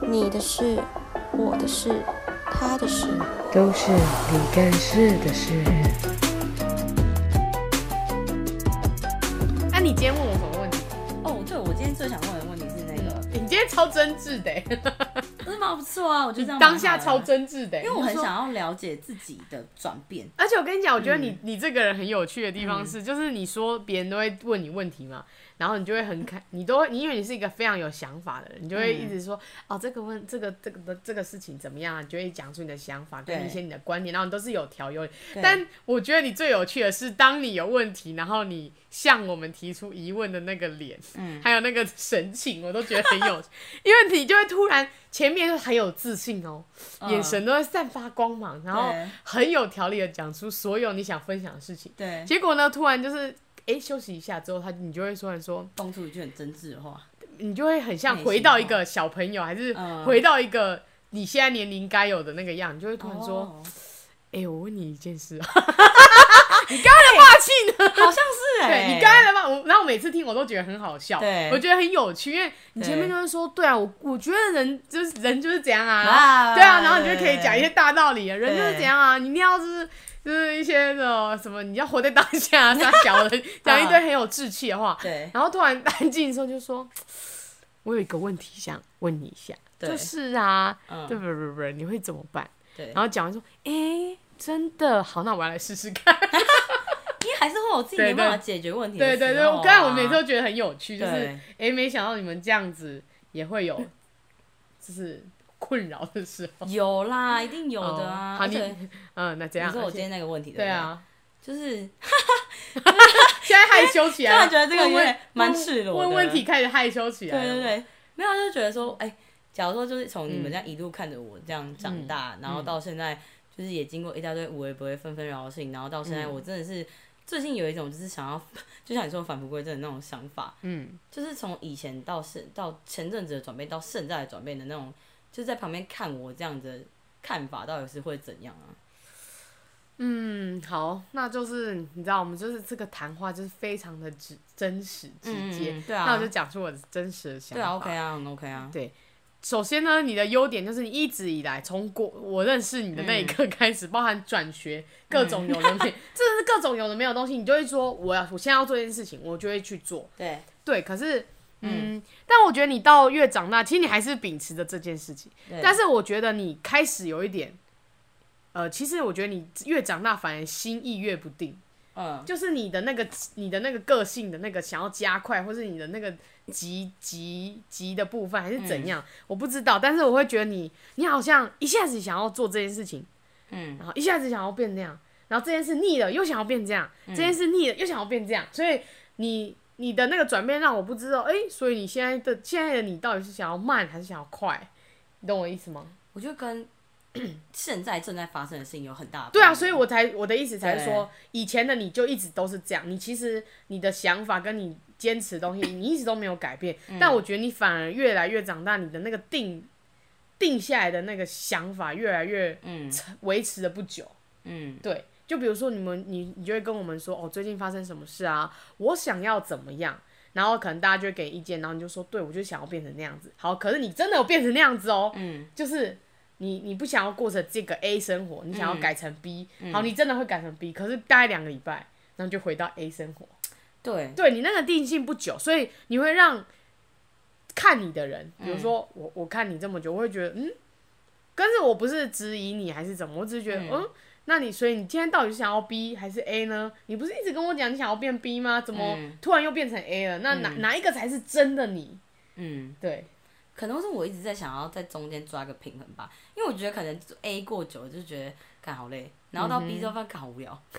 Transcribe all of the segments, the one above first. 你的事、我的事、他的事。都是你干事的事。那、你今天问我什么问题？哦，对，我今天最想问的问题是那个，你今天超真挚 的欸、真的蛮不错啊，我觉得这样蛮好当下的超，真挚的欸、因为我很就说。想要了解自己的转变。而且我跟你讲，我觉得嗯你、你这个人很有趣的地方是，就是你说别人都会问你问题嘛，然后你就会很开，你都会，你因为你是一个非常有想法的人，你就嗯会一直说、哦，这个问这个这个这个事情怎么样啊，你就会讲出你的想法跟对一些你的观点，然后你都是有条有理。对但我觉得你最有趣的是，当你有问题，然后你向我们提出疑问的那个脸，嗯还有那个神情，我都觉得很有，因为你就会突然前面很有自信哦，嗯眼神都会散发光芒，然后很有条理的讲出所有你想分享的事情。对，结果呢，突然就是哎、诶休息一下之后，他你就会突然说，蹦出一句很真挚的话，你就会很像内心回到话一个小朋友，还是嗯回到一个你现在年龄该有的那个样，你就会突然说，哦哎、我问你一件事啊， 你刚才的霸气呢？好像是哎、对你刚才的吧，我然后我每次听我都觉得很好笑，对我觉得很有趣，因为你前面对就是说，对啊，我我觉得人就是人就是这样啊，啊对啊，然后你就可以讲一些大道理啊，人就是对这样啊，你一定要就是就是一些的什么，你要活在当下啊，傻小 的讲一堆很有志气的话，嗯对然后突然安静的时候就说，我有一个问题想问你一下，对就是啊，嗯对不不不不，你会怎么办？对，然后讲完说，诶，真的好，那我要来试试看。因为还是会有自己对没办法对解决问题的对对对，时候我啊刚才我每次都觉得很有趣，就是对哎、诶没想到你们这样子也会有，就是困扰的时候。有啦，一定有的啊哦。好而你且嗯，那怎你样？说我而且今天那个问题，对，啊，就是现在害羞起来了，突然觉得这个问有问点蛮赤裸的啊问问问题开始害羞起来对了。对对，没有就是觉得说，哎、假如说就是从你们这样一路看着我这样长大，然后到现在就是也经过一大堆无微不微纷纷扰扰的事情，然后到现在我真的是最近有一种就是想要， 就像你说返璞归真的那种想法，嗯，就是从以前到现到前阵子的转变到现在的转变的那种，就是在旁边看我这样的看法到底是会怎样啊？嗯，好，那就是你知道，我们就是这个谈话就是非常的直真实直接。嗯嗯嗯对啊那我就讲出我的真实的想对法。啊，OK 啊，很 OK 啊，首先呢，你的优点就是你一直以来，从国我认识你的那一嗯刻开始，包含转学各种有的没， 真的是各种有的没有的东西，你就会说我要我现在要做这件事情，我就会去做。对对，可是嗯，但我觉得你到越长大，其实你还是秉持着这件事情，对但是我觉得你开始有一点，呃，其实我觉得你越长大反而心意越不定。嗯，就是你的那个你的那个个性的那个想要加快，或是你的那个急急急的部分，还是怎嗯样，我不知道。但是我会觉得你，你好像一下子想要做这件事情，嗯，然后一下子想要变那样，然后这件事腻了又想要变这样，嗯这件事腻了又想要变这样，所以你你的那个转变让我不知道，哎、所以你现在的现在的你到底是想要慢还是想要快？你懂我意思吗？我觉得跟 现在正在发生的事情有很大的对啊，关所以联我才我的意思才是对说，以前的你就一直都是这样，你其实你的想法跟你坚持的东西，你一直都没有改变。 但我觉得你反而越来越长大，你的那个定定下来的那个想法越来越嗯维持的不久。嗯对，就比如说你们，你你就会跟我们说，哦，最近发生什么事啊？我想要怎么样？然后可能大家就会给意见，然后你就说，对我就想要变成那样子。好，可是你真的有变成那样子哦，嗯，就是你你不想要过着这个 A 生活，你想要嗯改成 B，、好，你真的会改成 B，可是大概两个礼拜，然后就回到 A 生活。对对你那个定性不久，所以你会让看你的人，嗯比如说我，我看你这么久，我会觉得，嗯，但是我不是质疑你还是怎么，我只是觉得，嗯。那你所以你今天到底是想要 B 还是 A 呢？你不是一直跟我讲你想要变 B 吗？怎么嗯突然又变成 A 了？那哪、哪一个才是真的你？嗯，对，可能是我一直在想要在中间抓个平衡吧，因为我觉得可能 A 过久了就觉得干好累，然后嗯到 B 之后发现干好无聊，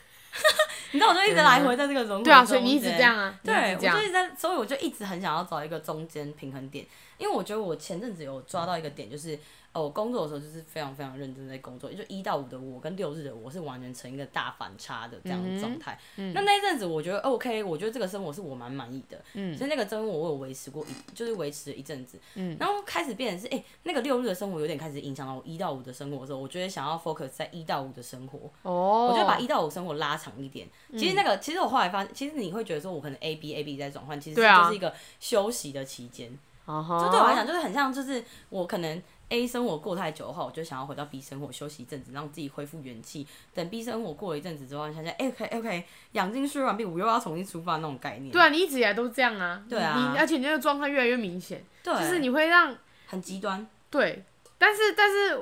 你知道我就一直来回在这个轮回、对啊，所以你一直这样。啊，你一对，直这我样就一，直在，所以我就一直很想要找一个中间平衡点，因为我觉得我前阵子有抓到一个点，就是哦，我工作的时候就是非常非常认真在工作，就一到五的我跟六日的我是完全成一个大反差的这样的状态。嗯那那一阵子我觉得 OK，我觉得这个生活是我蛮满意的，嗯所以那个生活我有维持过一，就是维持了一阵子，然后开始变成是哎、那个六日的生活有点开始影响到我一到五的生活的时候，我觉得想要 focus 在一到五的生活，哦，嗯我就把一到五生活拉长一点。其实那个，其实我后来发现，其实你会觉得说，我可能 A B A B 在转换，其实对啊就是一个休息的期间。啊哈，就对我来讲，就是很像，就是我可能 A 生活过太久的话，我就想要回到 B 生活休息一阵子，让自己恢复元气。等 B 生活过了一阵子之后，你想想，哎、o k OK，养精蓄锐完毕，我又要重新出发那种概念。对啊，你一直以来都是这样啊。对啊你你而且你那个状态越来越明显，对，就是你会让很极端，对，但是但是。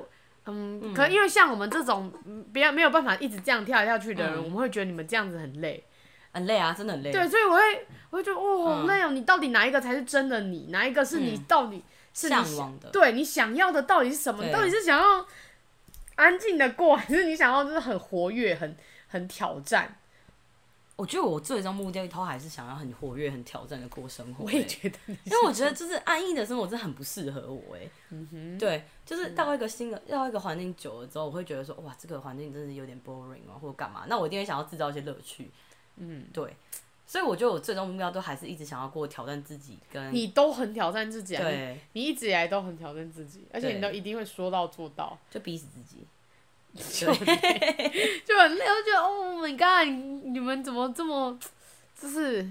嗯，可能因为像我们这种嗯不要没有办法一直这样跳来跳去的人，嗯我们会觉得你们这样子很累。很累啊，真的很累。对，所以我会我会觉得哦，好嗯累哦，你到底哪一个才是真的你？哪一个是你嗯到底是你向想往的对你想要的到底是什么？对你到底是想要安静的过，还是你想要就是很活跃、很很挑战？我觉得我最终目的都还是想要很活跃、很挑战的过生活、我也欸觉得你 因为我 觉得就是安逸的生活真的很不适合我哎、嗯对，啊就是到一个新的到一个环境久了之后，我会觉得说哇，这个环境真是有点 boring 哦、或者干嘛，那我一定会想要制造一些乐趣，嗯，对，所以我觉得我最终目标都还是一直想要过挑战自己跟你都很挑战自己啊，你对，你一直以来都很挑战自己，而且你对都一定会说到做到，就逼死自 己，就 就很累，我就觉得 Oh my God，你你们怎么这么就是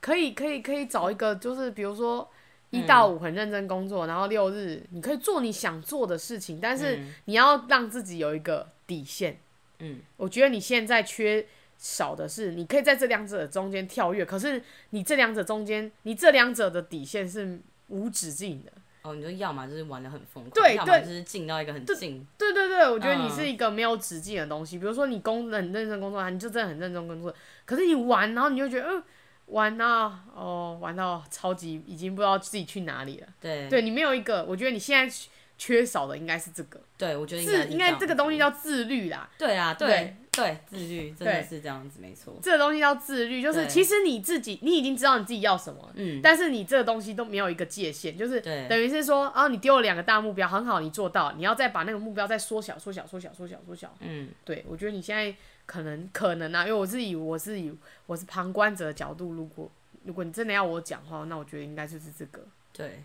可以可以可以找一个就是比如说。一到五很认真工作，然后六日你可以做你想做的事情，但是嗯你要让自己有一个底线。嗯，我觉得你现在缺少的是，你可以在这两者中间跳跃，可是你这两者中间，你这两者的底线是无止境的。哦，你就要么就是玩的很疯狂，对要么对就是进到一个很对静，对对对，我觉得你嗯是一个没有止境的东西。比如说你工很认真工作，你就真的很认真工作，可是你玩，然后你就觉得，嗯，玩到哦，玩到超级已经不知道自己去哪里了。对对你没有一个，我觉得你现在缺缺少的应该是这个对，我觉得应该自，是应该样这个子东西叫自律啦。对啊，对对对，自律真的对是这样子，没错，这个东西叫自律，就是对其实你自己，你已经知道你自己要什么了，嗯，但是你这个东西都没有一个界限，就是对等于是说，啊，你丢了两个大目标，很好，你做到，你要再把那个目标再缩小、缩小、缩小、缩小、缩小。嗯对，我觉得你现在可能可能啊，因为我是以我是以我是旁观者的角度，如果如果你真的要我讲话，那我觉得应该就是这个，对，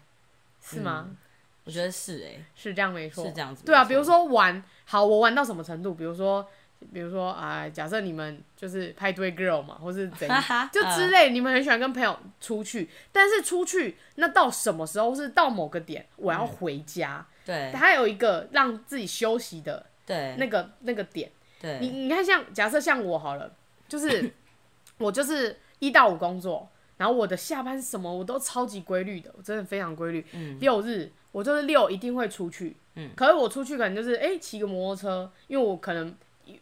是吗？我觉得是哎、是这样没错，嗯是这样子对啊，没错，比如说玩，好，我玩到什么程度？比如说，比如说啊、假设你们就是派对 girl 嘛，或是怎样 就之类，你们很喜欢跟朋友出去，但是出去那到什么时候是到某个点，我要回家，嗯对它有一个让自己休息的对，那个那个点。对你你看像，假设像我好了，就是 我就是一到五工作，然后我的下班什么我都超级规律的，我真的非常规律。六日我就是六一定会出去，嗯可是我出去可能就是哎骑、个摩托车，因为我可能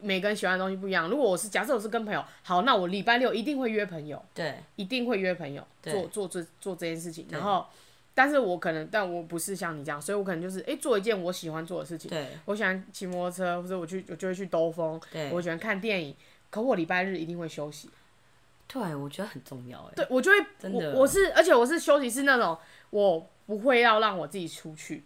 每个人喜欢的东西不一样。如果我是假设我是跟朋友，好，那我礼拜六一定会约朋友，对一定会约朋友对做做这做这件事情，然后。但是我可能，但我不是像你这样，所以我可能就是，哎、做一件我喜欢做的事情，对我喜欢骑摩托车，或者我去我就会去兜风，对，我喜欢看电影。可我礼拜日一定会休息，对我觉得很重要哎、对我就会，真的我我是，而且我是休息是那种，我不会要让我自己出去，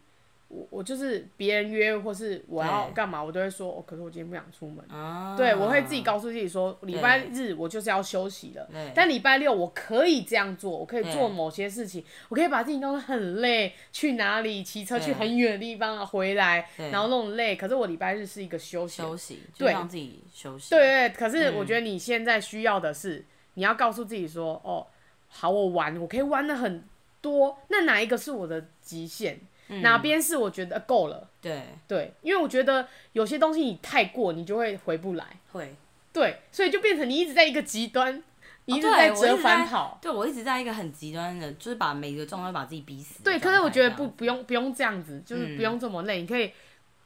我我就是别人约或是我要对干嘛，我都会说、哦，可是我今天不想出门，啊，对我会自己告诉自己说，礼拜日我就是要休息了对，但礼拜六我可以这样做，我可以对做某些事情，我可以把自己弄得很累，去哪里骑车对去很远的地方啊，回来，对然后弄得累，可是我礼拜日是一个休息的休息，就对让自己休息，对对，可是嗯我觉得你现在需要的是，你要告诉自己说，哦，好，我玩，我可以玩的很多，那哪一个是我的极限？嗯哪边是我觉得呃够了？对对，因为我觉得有些东西你太过，你就会回不来。会，对，所以就变成你一直在一个极端，你一直哦对在我一折直返在跑。对我一直在一个很极端的，就是把每一个状态把自己逼死的对，状态这可样。是我觉得不不用不用这样子，就是嗯不用这么累，你可以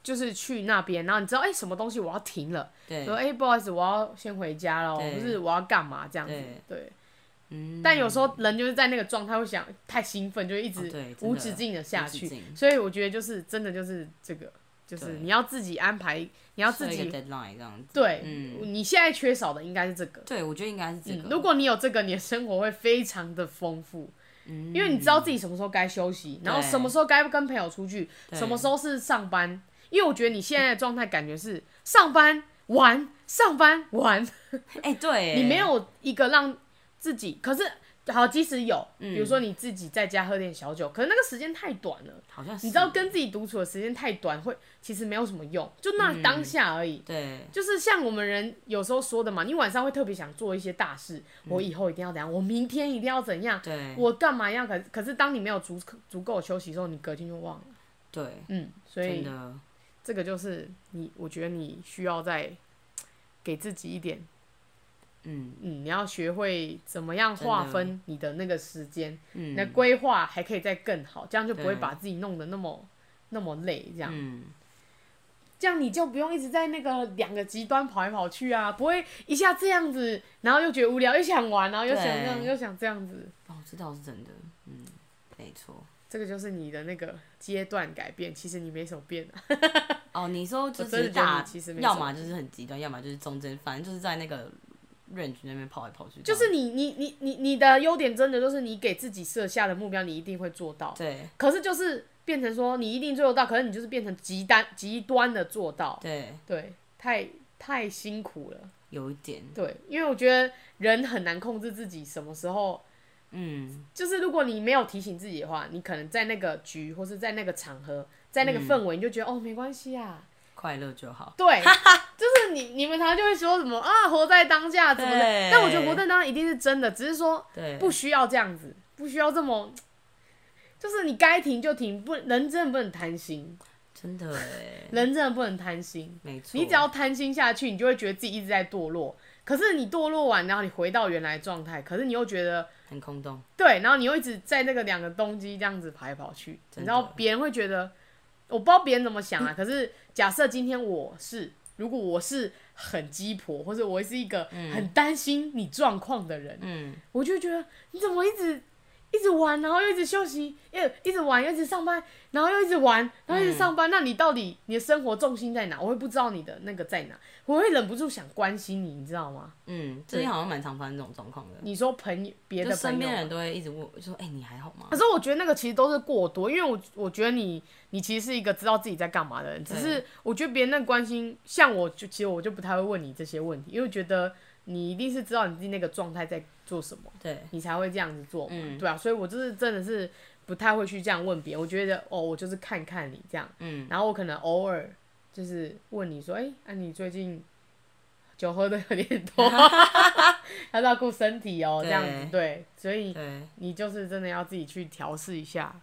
就是去那边，然后你知道，哎、什么东西我要停了，对说，哎、不好意思，我要先回家喽，对不是我要干嘛这样子对，对。嗯，但有时候人就是在那个状态会想太兴奋，就一哦直对真的无止境的下无去止境，所以我觉得就是真的就是这个，就是对你要自己安排，你要自设一己个 deadline 这样子，对，嗯你现在缺少的应该是这个。对我觉得应该是这嗯个，，如果你有这个，你的生活会非常的丰富，因因为你知道自己什么时候该休息，然后对什么时候该跟朋友出去，对什么时候是上班。因为我觉得你现在的状态感觉是上班玩，上班玩，哎对，你没有一个让自己，可是好，即使有，嗯比如说你自己在家喝点小酒，可是那个时间太短了，好像你知道是跟自己独处的时间太短，会其实没有什么用，就那当下而嗯已。对就是像我们人有时候说的嘛，你晚上会特别想做一些大事，我以后一定要怎样，我明天一定要怎样，嗯对，我干嘛要？可可是当你没有足足够的休息之后，你隔天就忘了。对，嗯，所真以的，这个就是你，我觉得你需要再给自己一点，嗯嗯，你要学会怎么样划真的分你的那个时间，嗯，你的规划还可以再更好，这样就不会对把自己弄得那么那么累，这样。嗯，这样你就不用一直在那个两个极端跑来跑去啊，不会一下这样子，然后又觉得无聊，又想玩，然后又想这样，对又想这样子，哦，这倒是真的，嗯，没错。这个就是你的那个阶段改变。其实你没什么变啊，哦，你说就我真的是觉得大你其实，没要什么么就是很极端，要么就是中间，反正就是在那个 range 那边跑来跑去就这样，是你你你你你的优点真的就是你给自己设下的目标，你一定会做到。对可是就是变成说你一定做得到，可是你就是变成极端极端的做到，对，对，太太辛苦了。有一点，对，因为我觉得人很难控制自己什么时候嗯，就是如果你没有提醒自己的话，你可能在那个局或是在那个场合，在那个嗯氛围，你就觉得、哦没关系啊。快乐就好。 对，就是你你们常常就会说什么啊，活在当下怎么的对？但我觉得活在当下一定是真的，只是说对，不需要这样子，不需要这么，就是你该停就停，不人真的不能贪心，真的哎，人真的不能贪心。没错。你只要贪心下去，你就会觉得自己一直在堕落。可是你堕落完，然后你回到原来状态，可是你又觉得很空洞，对，然后你又一直在那个两个东西这样子跑来跑去，你真知的道别人会觉得，我不知道别人怎么想啊。可是假设今天我是，如果我是很鸡婆，或者我是一个很担心你状况的人，嗯，我就觉得你怎么一直一直玩，然后又一直休息，又一直玩，又一直上班，然后又一直玩，然后一直上班。那你到底你的生活重心在哪？我会不知道你的那个在哪，我会忍不住想关心你，你知道吗？嗯，最近好像蛮常发生这种状况的，你说朋友别就的身朋友边吗。人都会一直问我，就说：“哎、你还好吗可是我觉得那个其实都是过多，因为我我觉得你你其实是一个知道自己在干嘛的人，只是我觉得别人的关心，像我就其实我就不太会问你这些问题，因为我觉得你一定是知道你自己那个状态在做什么，？”对，你才会这样子做嘛，嗯对啊，所以我就是真的是不太会去这样问别人，我觉得哦，我就是看看你这样，嗯，然后我可能偶尔就是问你说，哎、那、你最近酒喝的有点 多，要照顾身体哦，这样子，对，所以。对。你就是真的要自己去调试一下。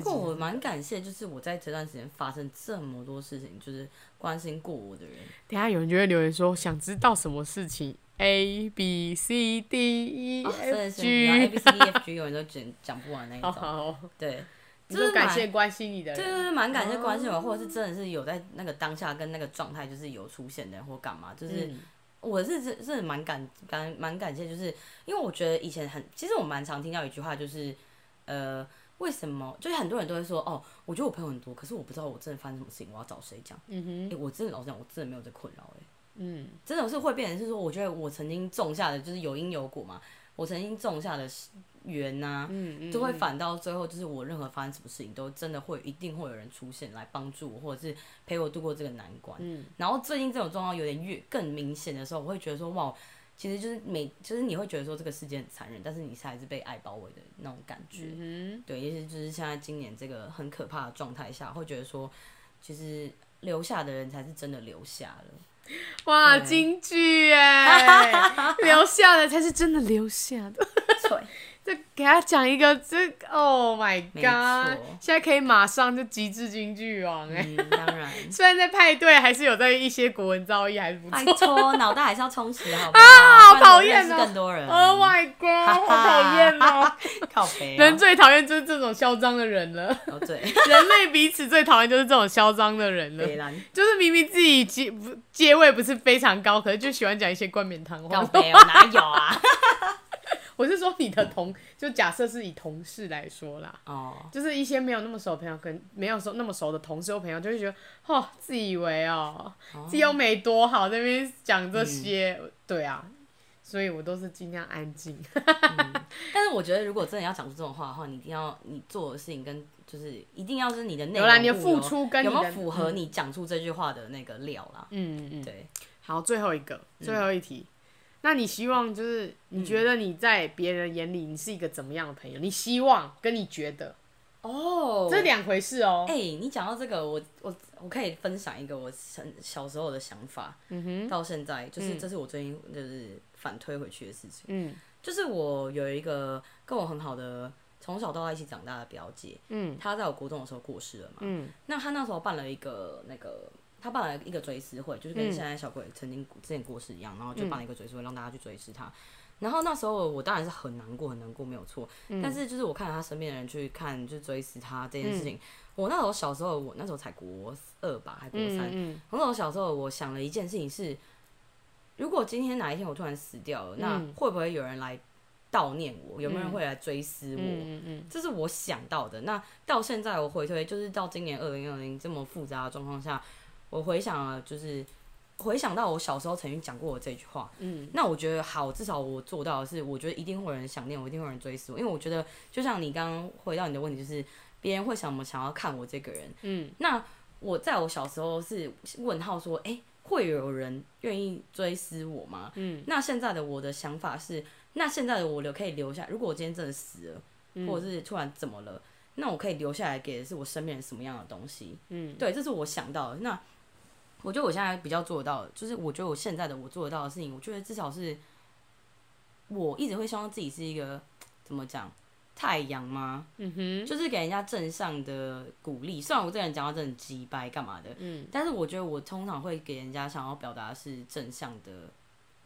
自己过我蛮感谢，就是我在这段时间发生这么多事情，就是关心过我的人，等一下有人就会留言说，想知道什么事情？A B C D E 哦真的 F 是然后 G，哦 A B C D E F G 有人都讲讲不完那一 好种，好，好对，你就是说感哦蛮谢关心你的对对啊人，对，蛮感谢关心我，或者是真的是有在那个当下跟那个状态，就是有出现的人或干嘛，就是嗯我是真真的蛮感感蛮感谢，就是因为我觉得以前很，其实我蛮常听到一句话，就是呃，为什么就是很多人都会说哦，我觉得我朋友很多，可是我不知道我真的发生什么事情，我要找谁讲？嗯哎、哼，我真的老实讲，我真的没有这困扰哎、嗯，真的是会变成是说，我觉得我曾经种下的就是有因有果嘛，我曾经种下的缘呐、嗯嗯就会反到最后，就是我任何发生什么事情，都真的会一定会有人出现来帮助我，或者是陪我度过这个难关。嗯然后最近这种状况有点越更明显的时候，我会觉得说，哇，其实就是每就是你会觉得说这个世界很残忍，但是你是还是被爱包围的那种感觉。嗯对，也许就是现在今年这个很可怕的状态下，会觉得说，其实留下的人才是真的留下 了。哼，哇，对京剧 哎，留下的才是真的留下的。 对，这给他讲一个，这 Oh my 没 God！错现在可以马上就极致京剧王哎，嗯，当然，虽然在派对还是有在一些国文造诣还是不错拜。托，脑袋还是要充实，好不好？啊讨厌哦更多人。 Oh my god！好讨厌哦，靠 北、人最讨厌就是这种嚣张的人了。 哦 对，人类彼此最讨厌就是这种嚣张的人了北，兰就是明明自己阶不阶位不是非常高，可是就喜欢讲一些冠冕堂靠皇。北哦，哪有 啊？我是说你的同，就假设是以同事来说啦，哦，就是一些没有那么熟的朋友，跟没有熟那么熟的同事或朋友，就会觉得哦，自以为哦，自己又没多好，在那边讲这些，嗯对啊，所以我都是尽量安静。但是我觉得，如果真的要讲出这种话的话，你一定要你做的事情跟就是一定要是 你的内容有啦物你的付出跟你哦有的没有符合你讲出这句话的那个料啦？嗯嗯。对，好，最后一个，最后一题。那你希望就是你觉得你在别人眼里你是一个怎么样的朋友？你希望跟你觉得哦这两回事哦、哎、你讲到这个，我我我可以分享一个我小小时候的想法，嗯哼，到现在就是这是我最近就是反推回去的事情，嗯就是我有一个跟我很好的从小到大一起长大的表姐，嗯她在我国中的时候过世了嘛。嗯那她那时候办了一个那个，她办了一个追思会，就是跟嗯现在小鬼曾经之前过世一样，然后就办了一个追思会，让大家去追思她。然后那时候我当然是很难过，很难过，没有错。嗯但是就是我看着她身边的人去看，就追思她这件嗯事情，我那时候小时候，我那时候才国二吧，还国嗯三，嗯然后我小时候我想了一件事情是，如果今天哪一天我突然死掉了，那嗯会不会有人来悼念我？有没有人嗯会来追思我？嗯嗯这是我想到的。那到现在我回推，就是到今年二零二零这么复杂的状况下，我回想了，就是回想到我小时候曾经讲过我这句话，嗯那我觉得好，至少我做到的是，我觉得一定会有人想念我，一定会有人追思我，因为我觉得就像你刚刚回到你的问题，就是别人会想么想要看我这个人，嗯，那我在我小时候是问号说，诶，会有人愿意追思我吗？嗯，那现在的我的想法是，那现在的我留可以留下，如果我今天真的死了，或者是突然怎么了，那我可以留下来给的是我身边人什么样的东西？嗯，对，这是我想到的。那我觉得我现在比较做得到的，就是我觉得我现在的我做得到的事情，我觉得至少是我一直会希望自己是一个怎么讲太阳吗？嗯哼，就是给人家正向的鼓励。虽然我这个人讲话真的很鸡掰干嘛的，嗯但是我觉得我通常会给人家想要表达的是正向的，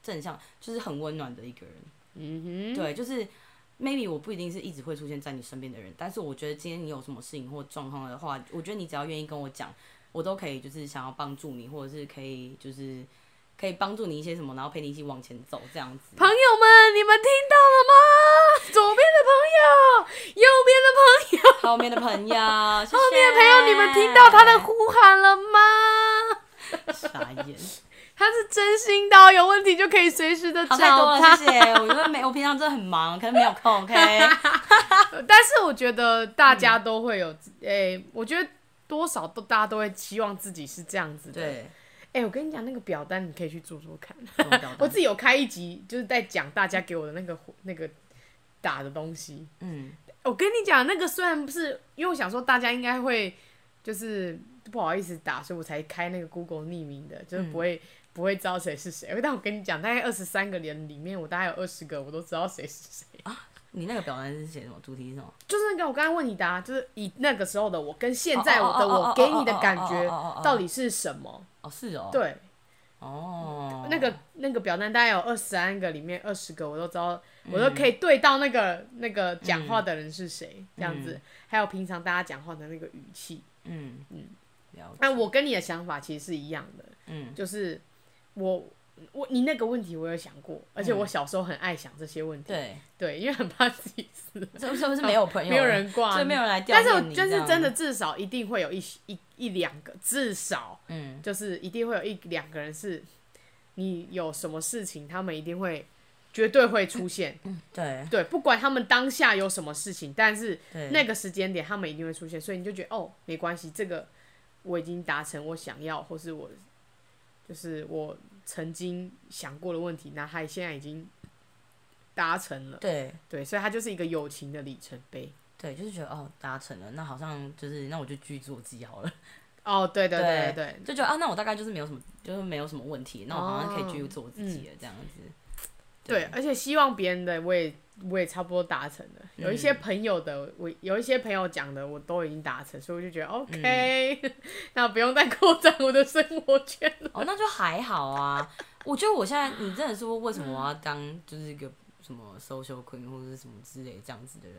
正向就是很温暖的一个人。嗯哼，对，就是 maybe 我不一定是一直会出现在你身边的人，但是我觉得今天你有什么事情或状况的话，我觉得你只要愿意跟我讲，我都可以就是想要帮助你，或者是可以就是可以帮助你一些什么，然后陪你一起往前走这样子。朋友们，你们听到了 吗？左边的朋友，右边的朋友，后面的朋友，后后面的朋友，你们听到他的呼喊了吗？傻眼。他是真心的哦、有问题就可以随时的找好太多他了，。谢 谢。我觉得没，我平常真的很忙，可能没有空。OK，但是我觉得大家都会有，诶、嗯我觉得多少都大家都会希望自己是这样子的。诶，对，我跟你讲，那个表单你可以去做做看。怎么表 达我自己有开一集，就是在讲大家给我的那个那个打的东西。嗯，我跟你讲，那个虽然不是，因为我想说大家应该会就是不好意思打，所以我才开那个 Google 匿名的，就是嗯不会、不会知道谁是谁。但我跟你讲，大概二十三个人里面，我大概有二十个我都知道谁是谁。你那个表单是写什么？主题是什么？就是那个我刚才问你的、啊，就是以那个时候的我跟现在我的哦哦哦哦我哦给你的感觉哦哦哦哦哦到底是什么？哦，是哦，，对，哦，那个那个表单大概有二十三个，里面二十个我都知道，我都可以对到那个那个讲话的人是谁，这样子，还有平常大家讲话的那个语气。嗯嗯，了解，那我跟你的想法其实是一样的，嗯就是我我你那个问题我有想过，而且我小时候很爱想这些问题，嗯对，对，因为很怕自己死，是不是不是没有朋友，没有人挂，所以没有人来但是我我就是真的，，至少一定会有一一一两个，至少嗯，就是一定会有一两个人是，你有什么事情，他们一定会绝对会出现，对对，不管他们当下有什么事情，但是对，那个时间点他们一定会出现，所以你就觉得哦，没关系，这个我已经达成我想要，或是我就是我曾经想过的问题，那他现在已经达成了，对对，所以它就是一个友情的里程碑。对，就是觉得哦达成了，那好像就是那我就去做自己好了，哦，对对对对对，就觉得啊那我大概就是没有什么，就是没有什么问题，那我好像可以继续做我自己了这样子，哦嗯对，而且希望别人的我也我也差不多达成了，有一些嗯朋友的我有一些朋友讲的我都已经达成，所以我就觉得嗯 OK，、那 不用再扩展我的生活圈了。哦，那就还好啊。我觉得我现在，你真的说为什么我要嗯当就是一个什么 social queen 或者是什么之类这样子的人？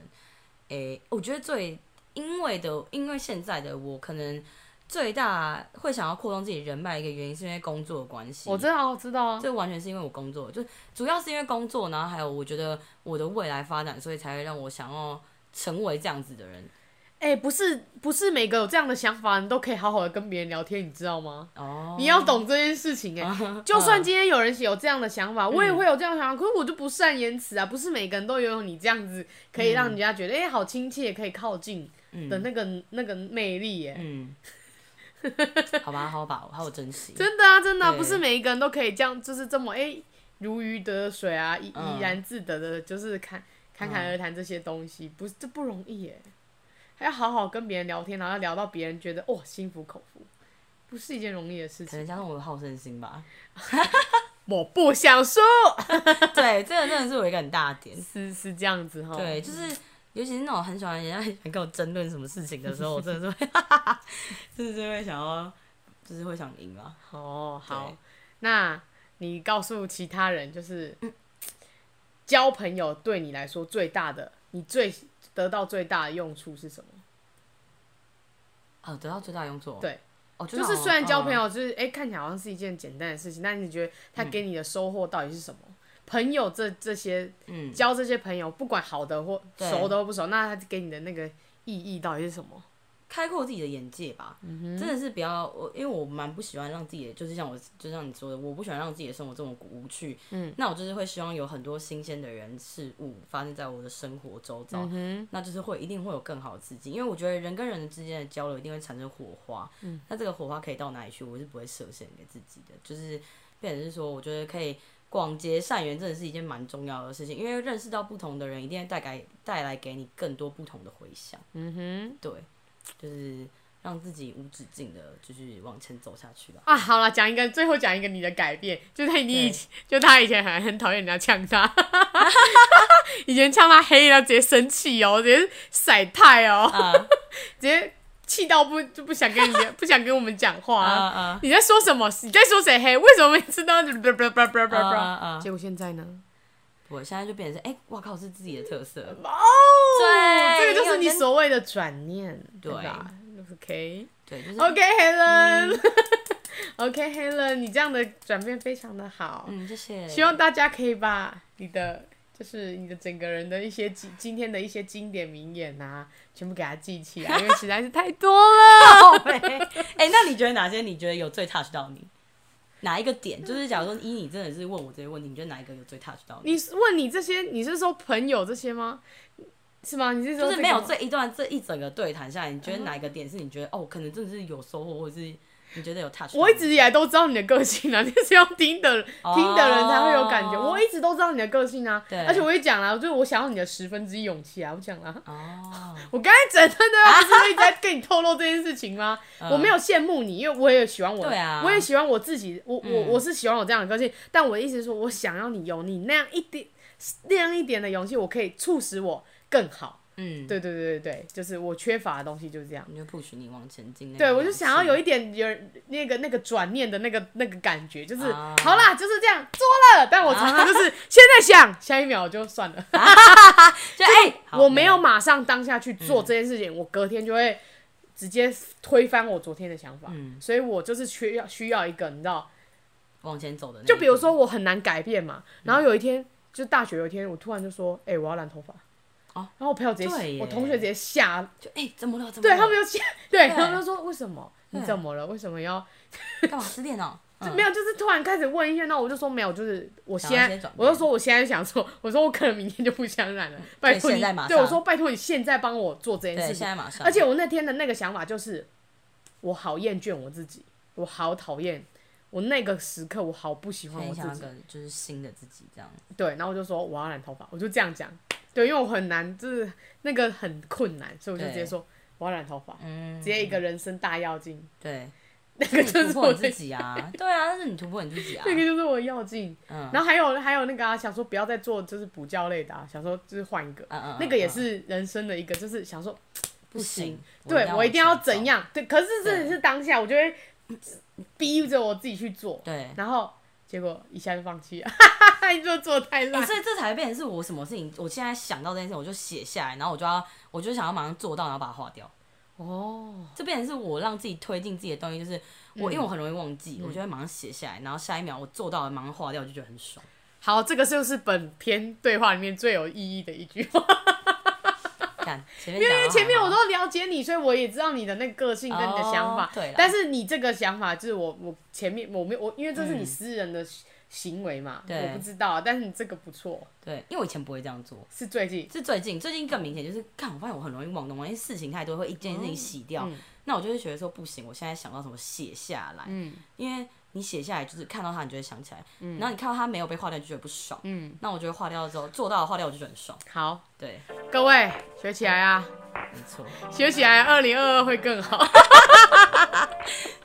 诶、我觉得最因为的，因为现在的我可能最大会想要扩充自己人脉的一个原因，是因为工作的关系。我知道，我知道啊，这完全是因为我工作，就主要是因为工作，然后还有我觉得我的未来发展，所以才会让我想要成为这样子的人。哎、不是不是每个有这样的想法，你都可以好好的跟别人聊天，你知道吗？哦，你要懂这件事情哎、就算今天有人有这样的想法，我也会有这样的想法，可是我就不善言辞啊，不是每个人都拥有你这样子可以让人家觉得哎、好亲切，可以靠近的那个、那个魅力哎耶、嗯， 好吧，好吧，好我珍惜。真的啊，真的啊、对不是每一个人都可以这样，就是这么哎、如鱼得水啊，怡嗯怡然自得的，就是侃侃侃而谈这些东西，嗯不是这不容易耶，还要好好跟别人聊天，然后要聊到别人觉得哦心服口服，不是一件容易的事可情。能加上我的好胜心吧。我不想输，对，这个真的是我一个很大的点。是是这样子哈。对，就是尤其是那种很喜欢人家 很跟我争论什么事情的时候，我真的是会， 就是会想要，就是会想赢吧。哦，好对，那你告诉其他人，就是交朋友对你来说最大的，你最得到最大的用处是什么？哦，得到最大的用处哦。对哦，就那是种虽然交朋嗯友就是哎、诶看起来好像是一件简单的事情，但你觉得他给你的收获到底是什么？朋友这这些嗯，交这些朋友，不管好的或对熟的或不熟，那他给你的那个意义到底是什么？开阔自己的眼界吧，真的是不要我，因为我蛮不喜欢让自己的，就是像我，就像你说的，我不喜欢让自己的生活这么无趣。嗯，那我就是会希望有很多新鲜的人事物发生在我的生活周遭，那就是会一定会有更好的刺激，因为我觉得人跟人之间的交流一定会产生火花，嗯，那这个火花可以到哪里去，我是不会设限给自己的，就是变成是说，我觉得可以。广结善缘真的是一件蛮重要的事情，因为认识到不同的人，一定会带给带来给你更多不同的回响。嗯对，就是让自己无止境的，就是往前走下去吧。哼，啊，好了，讲一个，最后讲一个你的改变，就是你以对前，就他以前还很讨厌人家呛他， 以前呛他黑了，直接生气哦，直接晒太哦，啊直接气到不就不想跟你不想跟我们讲话、 啊啊！你在说什么？你在说谁黑？为什么每次都啊啊结果现在呢？我现在就变成是，哎、我靠，是自己的特 色。哦，对这个就是因为你我跟所谓的转念，对吧？OK，嗯对，就是哦 OK，Helen，OK，Helen，、Helen，你这样的转变非常的好，嗯，谢谢。希 望大家可以把你的就是你的整个人的一些今今天的一些经典名言啊，全部给它记起 来，因为实在是太多了。哎、那你觉得哪些你觉得有最 touch 到你？哪一个点？就是假如说依你真的是问我这些问题，你觉得哪一个有最 touch 到你？你是问你这些，你是说朋友这些吗？是吗？你是说、就是没有这这一段这一整个对谈下来，你觉得哪一个点是你觉得哦，可能真的是有收获，或者是你觉得有 touch？个？我一直以来都知道你的个性啊，你 是要听的哦听的人才会有感觉。我一直都知道你的个性啊，对而且我也讲了，就是我想要你的十分之一勇气啊，我讲了。哦，我刚才整段对话不是一直在跟你透露这件事情吗？我没有羡慕你，因为我也喜欢我，嗯对啊我也喜欢我自己，我我嗯我是喜欢我这样的个性，但我的意思是说，我想要你有你那样一点那样一点的勇气，我可以促使我更好。嗯，对对对对对，就是我缺乏的东西就是这样。你就 push 你往前进那个对，勇气。我就想要有一点有那个那个转念的那个那个感觉，就是、啊好啦，就是这样做了。但我常常就是现在想，下一秒就算了。就哎、 好我没有马上当下去做这件事情，我隔天就会直接推翻我昨天的想法，嗯所以我就是需要需要一个，你知道，往前走的那一步，就比如说我很难改变嘛，然嗯后有一天就大学有一天，我突然就说，哎、我要染头发，哦然后我朋友直对接，耶我同学直接吓，就哎、怎么了？怎么对了？嗯他们就吓，对对他们就说为什么你对怎么了？为什么要？干嘛失恋哦？ 就嗯没有，就是突然开始问一些，那我就说没有，就是我想现要在先转，我就说我现在想做，我说我可能明天就不想染了，拜托现你在马，对我上说拜托你现在帮我做这件对，事现情，在马上，而且我那天的那个想法就是，我好厌倦我自己，我好讨厌我那个时刻，我好不喜欢很我想要自己。跟就是新的自己这样，对，然后我就说我要染头发，我就这样讲。对，因为我很难，就是那个很困难，所以我就直接对说我要染头发，嗯直，接一个人生大要进，对，那个你就突是破我你的自，己啊，对啊，但是你突破你自己啊 那，个就是我的要进。嗯，然后还有还有那个啊，想说不要再做就是补教类的啊，想说就是换一个，嗯嗯嗯那个也嗯啊是人生的一个，就是想说不行，对我一定要怎样？样，对，可是真的对是当下，我就会逼着我自己去做，对。然后结果一下就放弃了， 你就做太哎、烂，所以这才变成是我什么事情，我现在想到这件事，我就写下来，然后我就要，我就想要马上做到，然后把它划掉。哦，这变成是我让自己推进自己的东西，就是我、嗯因为我很容易忘记，我就会马上写下来，然后下一秒我做到了，马上划掉，我就觉得很爽。好，这个就是本篇对话里面最有意义的一句话，干，前面因为因为讲前面到我都了解你，所以我也知道你的那个个性跟你的想法哦，对啦但是你这个想法就是我我前面我没有我，因为这是你嗯私人的行行为嘛，对我不知道啊，但是你这个不错，对，因为我以前不会这样做，是最近，是最近最近更明显，就是看我发现我很容易忘东忘西，事情太多会一件哦事情洗掉，嗯那我就会觉得说不行，我现在想到什么写下来，嗯因为你写下来就是看到它，你就会想起来，然后你看到它没有被划掉，你就觉得不爽，嗯，那我觉得划掉之后做到了划掉，我就觉得很爽，好，对，各位学起来啊， 没错，学起来，二零二二会更好。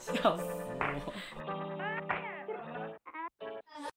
笑死。